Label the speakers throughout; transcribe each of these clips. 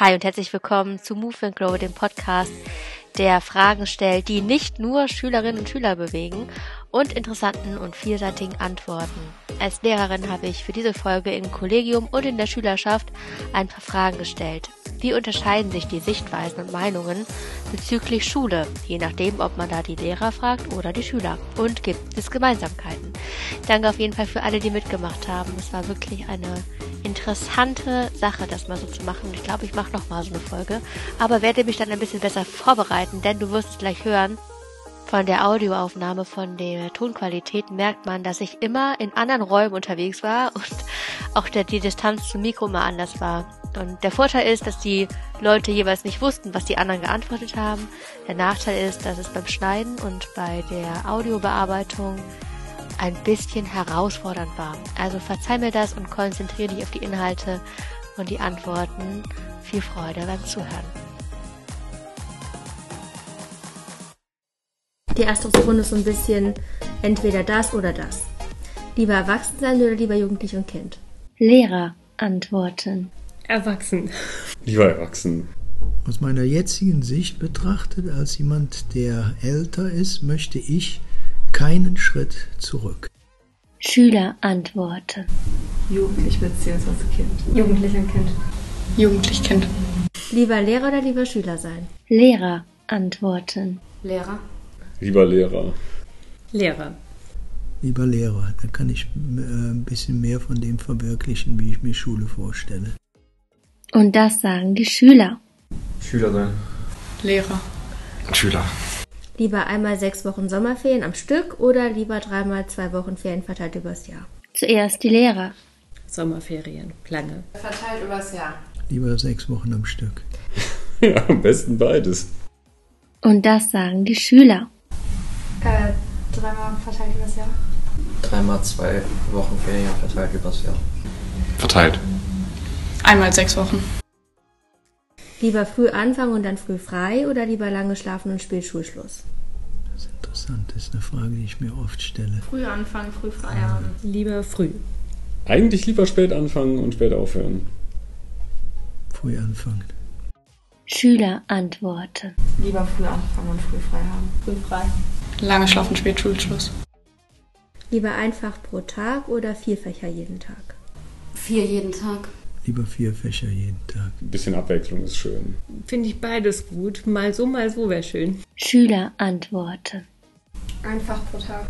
Speaker 1: Hi und herzlich willkommen zu Move and Grow, dem Podcast, der Fragen stellt, die nicht nur Schülerinnen und Schüler bewegen und interessanten und vielseitigen Antworten. Als Lehrerin habe ich für diese Folge im Kollegium und in der Schülerschaft ein paar Fragen gestellt. Wie unterscheiden sich die Sichtweisen und Meinungen bezüglich Schule, je nachdem, ob man da die Lehrer fragt oder die Schüler? Und gibt es Gemeinsamkeiten? Danke auf jeden Fall für alle, die mitgemacht haben. Es war wirklich eine interessante Sache, das mal so zu machen. Ich glaube, ich mache nochmal so eine Folge, aber werde mich dann ein bisschen besser vorbereiten, denn du wirst es gleich hören. Von der Audioaufnahme, von der Tonqualität merkt man, dass ich immer in anderen Räumen unterwegs war und auch der, die Distanz zum Mikro mal anders war. Und der Vorteil ist, dass die Leute jeweils nicht wussten, was die anderen geantwortet haben. Der Nachteil ist, dass es beim Schneiden und bei der Audiobearbeitung ein bisschen herausfordernd war. Also verzeih mir das und konzentriere dich auf die Inhalte und die Antworten. Viel Freude beim Zuhören. Die erste Runde ist so ein bisschen entweder das oder das. Lieber erwachsen sein oder lieber jugendlich und Kind? Lehrer antworten.
Speaker 2: Erwachsen.
Speaker 3: Lieber erwachsen.
Speaker 4: Aus meiner jetzigen Sicht betrachtet, als jemand, der älter ist, möchte ich keinen Schritt zurück.
Speaker 1: Schüler antworten.
Speaker 5: Jugendlich bzw. Kind.
Speaker 2: Jugendlich und Kind.
Speaker 5: Jugendlich Kind.
Speaker 1: Lieber Lehrer oder lieber Schüler sein? Lehrer antworten.
Speaker 2: Lehrer.
Speaker 3: Lieber Lehrer.
Speaker 2: Lehrer.
Speaker 4: Lieber Lehrer, da kann ich äh, ein bisschen mehr von dem verwirklichen, wie ich mir Schule vorstelle.
Speaker 1: Und das sagen die Schüler.
Speaker 3: Schüler sein.
Speaker 5: Lehrer.
Speaker 3: Schüler.
Speaker 1: Lieber einmal sechs Wochen Sommerferien am Stück oder lieber dreimal zwei Wochen Ferien verteilt übers Jahr? Zuerst die Lehrer.
Speaker 2: Sommerferien. Lange.
Speaker 5: Verteilt übers Jahr.
Speaker 4: Lieber sechs Wochen am Stück.
Speaker 3: Ja, am besten beides.
Speaker 1: Und das sagen die Schüler.
Speaker 6: Äh, dreimal verteilt übers Jahr.
Speaker 7: Dreimal zwei Wochen Ferien verteilt übers Jahr.
Speaker 3: Verteilt.
Speaker 5: Einmal sechs Wochen.
Speaker 1: Lieber früh anfangen und dann früh frei oder lieber lange schlafen und spät Schulschluss?
Speaker 4: Das ist interessant, das ist eine Frage, die ich mir oft stelle.
Speaker 6: Früh anfangen, früh frei haben.
Speaker 2: Lieber früh.
Speaker 3: Eigentlich lieber spät anfangen und spät aufhören.
Speaker 4: Früh anfangen.
Speaker 1: Schüler antworten.
Speaker 6: Lieber früh anfangen und früh frei haben. Früh frei.
Speaker 5: Lange schlafen, spät Schulschluss.
Speaker 1: Lieber einfach pro Tag oder vier Fächer jeden Tag?
Speaker 8: Vier jeden Tag.
Speaker 4: Lieber vier Fächer jeden Tag.
Speaker 3: Ein bisschen Abwechslung ist schön.
Speaker 2: Finde ich beides gut. Mal so, mal so wäre schön.
Speaker 1: Schüler antworten.
Speaker 6: Einfach pro Tag.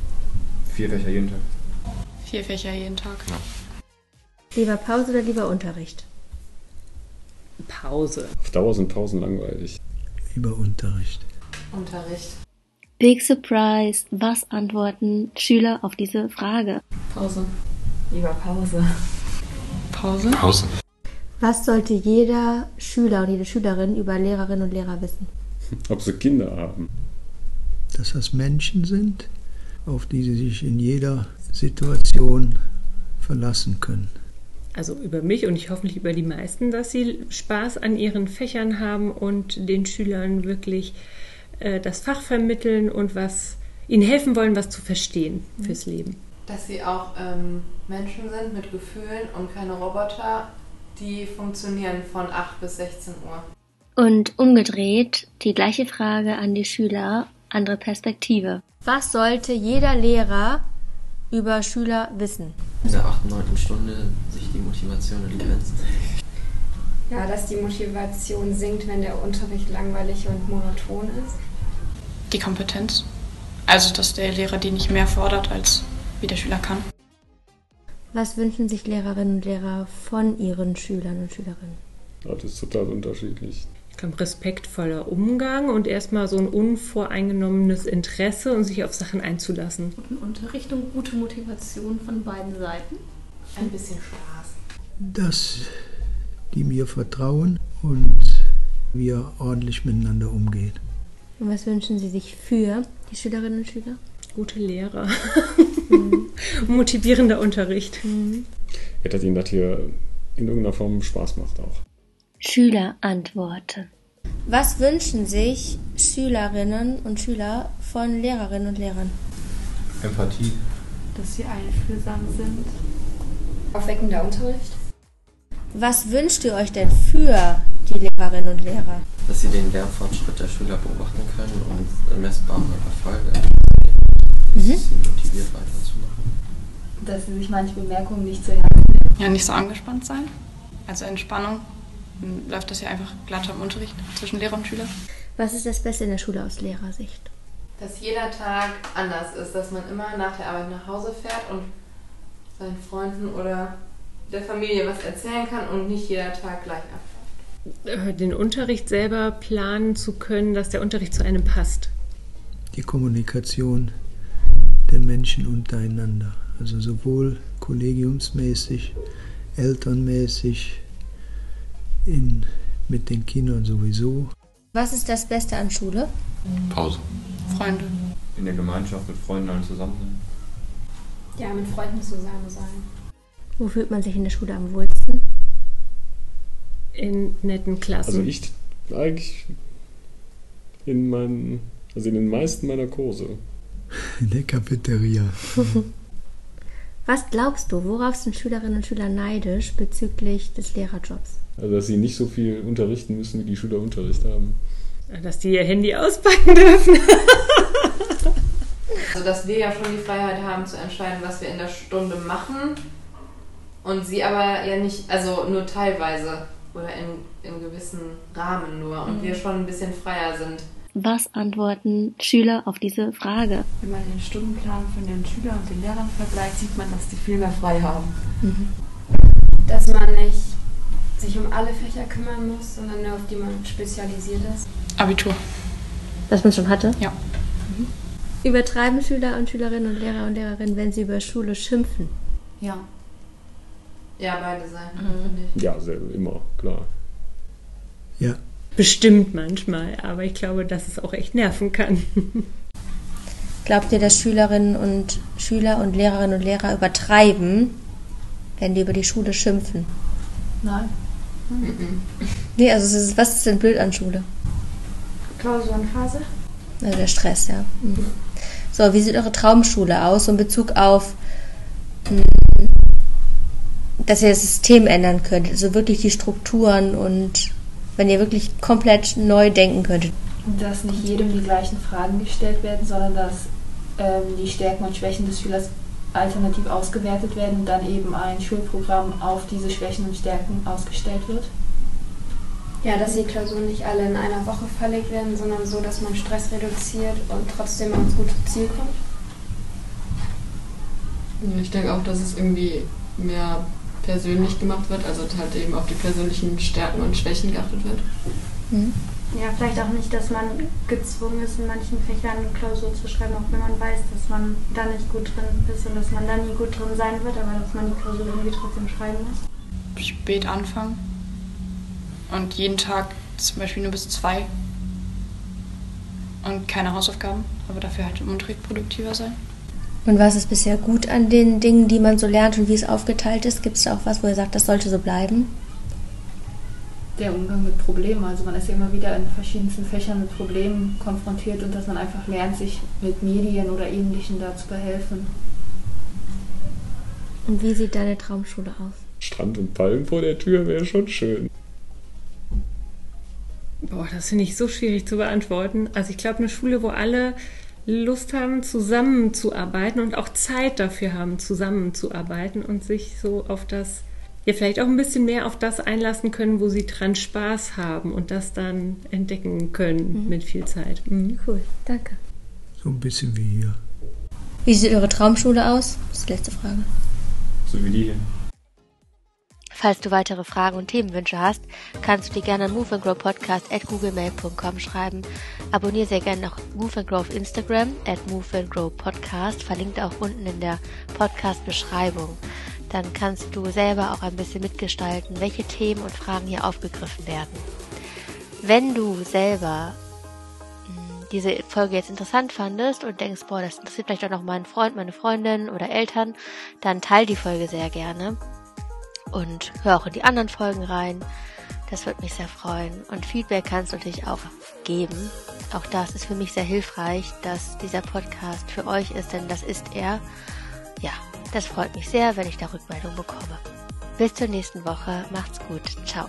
Speaker 7: Vier Fächer jeden Tag.
Speaker 5: Vier Fächer jeden Tag.
Speaker 1: Lieber Pause oder lieber Unterricht?
Speaker 2: Pause.
Speaker 3: Auf Dauer sind Pausen langweilig.
Speaker 4: Lieber Unterricht.
Speaker 5: Unterricht.
Speaker 1: Big Surprise. Was antworten Schüler auf diese Frage?
Speaker 5: Pause.
Speaker 6: Lieber Pause.
Speaker 5: Pause.
Speaker 3: Pausen.
Speaker 1: Was sollte jeder Schüler und jede Schülerin über Lehrerinnen und Lehrer wissen?
Speaker 3: Ob sie Kinder haben.
Speaker 4: Dass das Menschen sind, auf die sie sich in jeder Situation verlassen können.
Speaker 2: Also über mich und ich hoffentlich über die meisten, dass sie Spaß an ihren Fächern haben und den Schülern wirklich äh, das Fach vermitteln und was ihnen helfen wollen, was zu verstehen fürs Leben.
Speaker 9: dass sie auch ähm, Menschen sind mit Gefühlen und keine Roboter, die funktionieren von 8 bis 16 Uhr.
Speaker 1: Und umgedreht die gleiche Frage an die Schüler, andere Perspektive. Was sollte jeder Lehrer über Schüler wissen?
Speaker 7: In der 8. 9. Stunde sich die Motivation in Grenzen.
Speaker 8: Ja, dass die Motivation sinkt, wenn der Unterricht langweilig und monoton ist.
Speaker 5: Die Kompetenz. Also, dass der Lehrer die nicht mehr fordert, als wie der Schüler kann.
Speaker 1: Was wünschen sich Lehrerinnen und Lehrer von ihren Schülern und Schülerinnen?
Speaker 3: Das ist total unterschiedlich.
Speaker 2: Ich glaube, respektvoller Umgang und erstmal so ein unvoreingenommenes Interesse und sich auf Sachen einzulassen.
Speaker 8: Guten Unterricht und gute Motivation von beiden Seiten.
Speaker 9: Ein bisschen Spaß.
Speaker 4: Dass die mir vertrauen und wir ordentlich miteinander umgehen.
Speaker 1: Und was wünschen sie sich für die Schülerinnen und Schüler?
Speaker 2: Gute Lehrer.
Speaker 5: Mhm.
Speaker 2: Motivierender Unterricht.
Speaker 3: Ja, dass ihnen das hier in irgendeiner Form Spaß macht auch.
Speaker 1: Schüler antworten. Was wünschen sich Schülerinnen und Schüler von Lehrerinnen und Lehrern?
Speaker 7: Empathie.
Speaker 6: Dass sie einfühlsam sind.
Speaker 8: Aufweckender Unterricht.
Speaker 1: Was wünscht ihr euch denn für die Lehrer
Speaker 10: Lehrerinnen und Lehrer?
Speaker 7: Dass sie den Lernfortschritt der Schüler beobachten können und messbare Erfolge
Speaker 10: Mhm.
Speaker 7: sie motiviert weiterzumachen.
Speaker 6: Dass sie sich manche Bemerkungen nicht zu Herzen
Speaker 5: Ja, nicht so angespannt sein. Also Entspannung. Dann Läuft das ja einfach glatter im Unterricht zwischen Lehrer und Schüler.
Speaker 1: Was ist das Beste in der Schule aus Lehrersicht?
Speaker 9: Dass jeder Tag anders ist, dass man immer nach der Arbeit nach Hause fährt und seinen Freunden oder der Familie was erzählen kann und nicht jeder Tag gleich abläuft.
Speaker 2: Äh, Den Unterricht selber planen zu können, dass der Unterricht zu einem passt.
Speaker 4: die Kommunikation der Menschen untereinander. Also sowohl kollegiumsmäßig, elternmäßig, in, mit den Kindern sowieso.
Speaker 10: Was ist das Beste an Schule?
Speaker 11: Pause.
Speaker 5: Freunde.
Speaker 11: In der Gemeinschaft mit Freunden alle zusammen sind.
Speaker 8: Ja, mit Freunden zusammen sein.
Speaker 1: Wo fühlt man sich in der Schule am wohlsten?
Speaker 2: In netten Klassen.
Speaker 3: Also ich eigentlich in meinen, also in den meisten meiner Kurse.
Speaker 4: In der Cafeteria.
Speaker 1: Was glaubst du, worauf sind Schülerinnen und Schüler neidisch bezüglich des Lehrerjobs?
Speaker 3: Also dass sie nicht so viel unterrichten müssen, wie die Schüler Unterricht haben.
Speaker 2: Dass die ihr Handy auspacken dürfen.
Speaker 9: Also dass wir ja schon die Freiheit haben zu entscheiden, was wir in der Stunde machen und sie aber ja nicht, also nur teilweise oder in, in gewissen Rahmen nur und wir schon ein bisschen freier sind.
Speaker 1: Was antworten Schüler auf diese Frage?
Speaker 6: Wenn man den Stundenplan von den Schülern und den Lehrern vergleicht, sieht man, dass die viel mehr frei haben.
Speaker 8: Mhm. Dass man nicht sich um alle Fächer kümmern muss, sondern nur auf die man spezialisiert ist.
Speaker 5: Abitur.
Speaker 1: Was man schon hatte? Mhm.
Speaker 5: Ja.
Speaker 1: Übertreiben Schüler und Schülerinnen und Lehrer und Lehrerinnen, wenn sie über Schule schimpfen?
Speaker 9: Ja. Ja, beide Seiten,
Speaker 10: Mhm.
Speaker 9: finde ich.
Speaker 3: Ja, selber, immer, klar.
Speaker 2: Bestimmt manchmal, aber ich glaube, dass es auch echt nerven kann.
Speaker 10: Glaubt ihr, dass Schülerinnen und Schüler und Lehrerinnen und Lehrer übertreiben, wenn die über die Schule schimpfen?
Speaker 6: Nein.
Speaker 10: Nee, also es ist, was ist denn blöd an Schule?
Speaker 8: Klausurenphase?
Speaker 10: Also der Stress, ja. Mhm. So, wie sieht eure Traumschule aus in Bezug auf, mh, dass ihr das System ändern könnt? Also wirklich die Strukturen und wenn ihr wirklich komplett neu denken könntet.
Speaker 6: Und dass nicht jedem die gleichen Fragen gestellt werden, sondern dass ähm, die Stärken und Schwächen des Schülers alternativ ausgewertet werden und dann eben ein Schulprogramm auf diese Schwächen und Stärken ausgestellt wird.
Speaker 8: Ja, dass die Klausuren nicht alle in einer Woche verlegt werden, sondern so, dass man Stress reduziert und trotzdem ans gute Ziel kommt.
Speaker 12: Ich denke auch, dass es irgendwie mehr persönlich gemacht wird, also halt eben auf die persönlichen Stärken und Schwächen geachtet wird.
Speaker 8: Ja, vielleicht auch nicht, dass man gezwungen ist, in manchen Fächern eine Klausur zu schreiben, auch wenn man weiß, dass man da nicht gut drin ist und dass man da nie gut drin sein wird, aber dass man die Klausur irgendwie trotzdem schreiben muss.
Speaker 5: Spät anfangen. Und jeden Tag zum Beispiel nur bis zwei. Und keine Hausaufgaben, aber dafür halt im Unterricht produktiver sein.
Speaker 10: Und was ist bisher gut an den Dingen, die man so lernt und wie es aufgeteilt ist? Gibt es da auch was, wo ihr sagt, das sollte so bleiben?
Speaker 6: Der Umgang mit Problemen, also man ist ja immer wieder in verschiedensten Fächern mit Problemen konfrontiert und dass man einfach lernt, sich mit Medien oder Ähnlichem da zu behelfen.
Speaker 1: Und wie sieht deine Traumschule aus?
Speaker 3: Strand und Palmen vor der Tür wäre schon schön.
Speaker 2: Boah, das finde ich so schwierig zu beantworten. Also ich glaube, eine Schule, wo alle Lust haben, zusammenzuarbeiten und auch Zeit dafür haben, zusammenzuarbeiten und sich so auf das, ja vielleicht auch ein bisschen mehr auf das einlassen können, wo sie dran Spaß haben und das dann entdecken können
Speaker 10: Mhm.
Speaker 2: mit viel Zeit. Mhm.
Speaker 1: Cool, danke.
Speaker 4: So ein bisschen wie hier.
Speaker 10: Wie sieht eure Traumschule aus? Das ist die letzte Frage.
Speaker 11: So wie die hier.
Speaker 1: Falls du weitere Fragen und Themenwünsche hast, kannst du die gerne an moveandgrowpodcast.googlemail.com schreiben. Abonniere sehr gerne auch Move and Grow auf Instagram at moveandgrowpodcast, verlinkt auch unten in der Podcast-Beschreibung. Dann kannst du selber auch ein bisschen mitgestalten, welche Themen und Fragen hier aufgegriffen werden. Wenn du selber mh, diese Folge jetzt interessant fandest und denkst, boah, das interessiert vielleicht auch noch meinen Freund, meine Freundin oder Eltern, dann teil die Folge sehr gerne und hör auch in die anderen Folgen rein. Das würde mich sehr freuen. Und Feedback kannst du natürlich auch geben. Auch das ist für mich sehr hilfreich, dass dieser Podcast für euch ist, denn das ist er. Ja, das freut mich sehr, wenn ich da Rückmeldung bekomme. Bis zur nächsten Woche. Macht's gut. Ciao.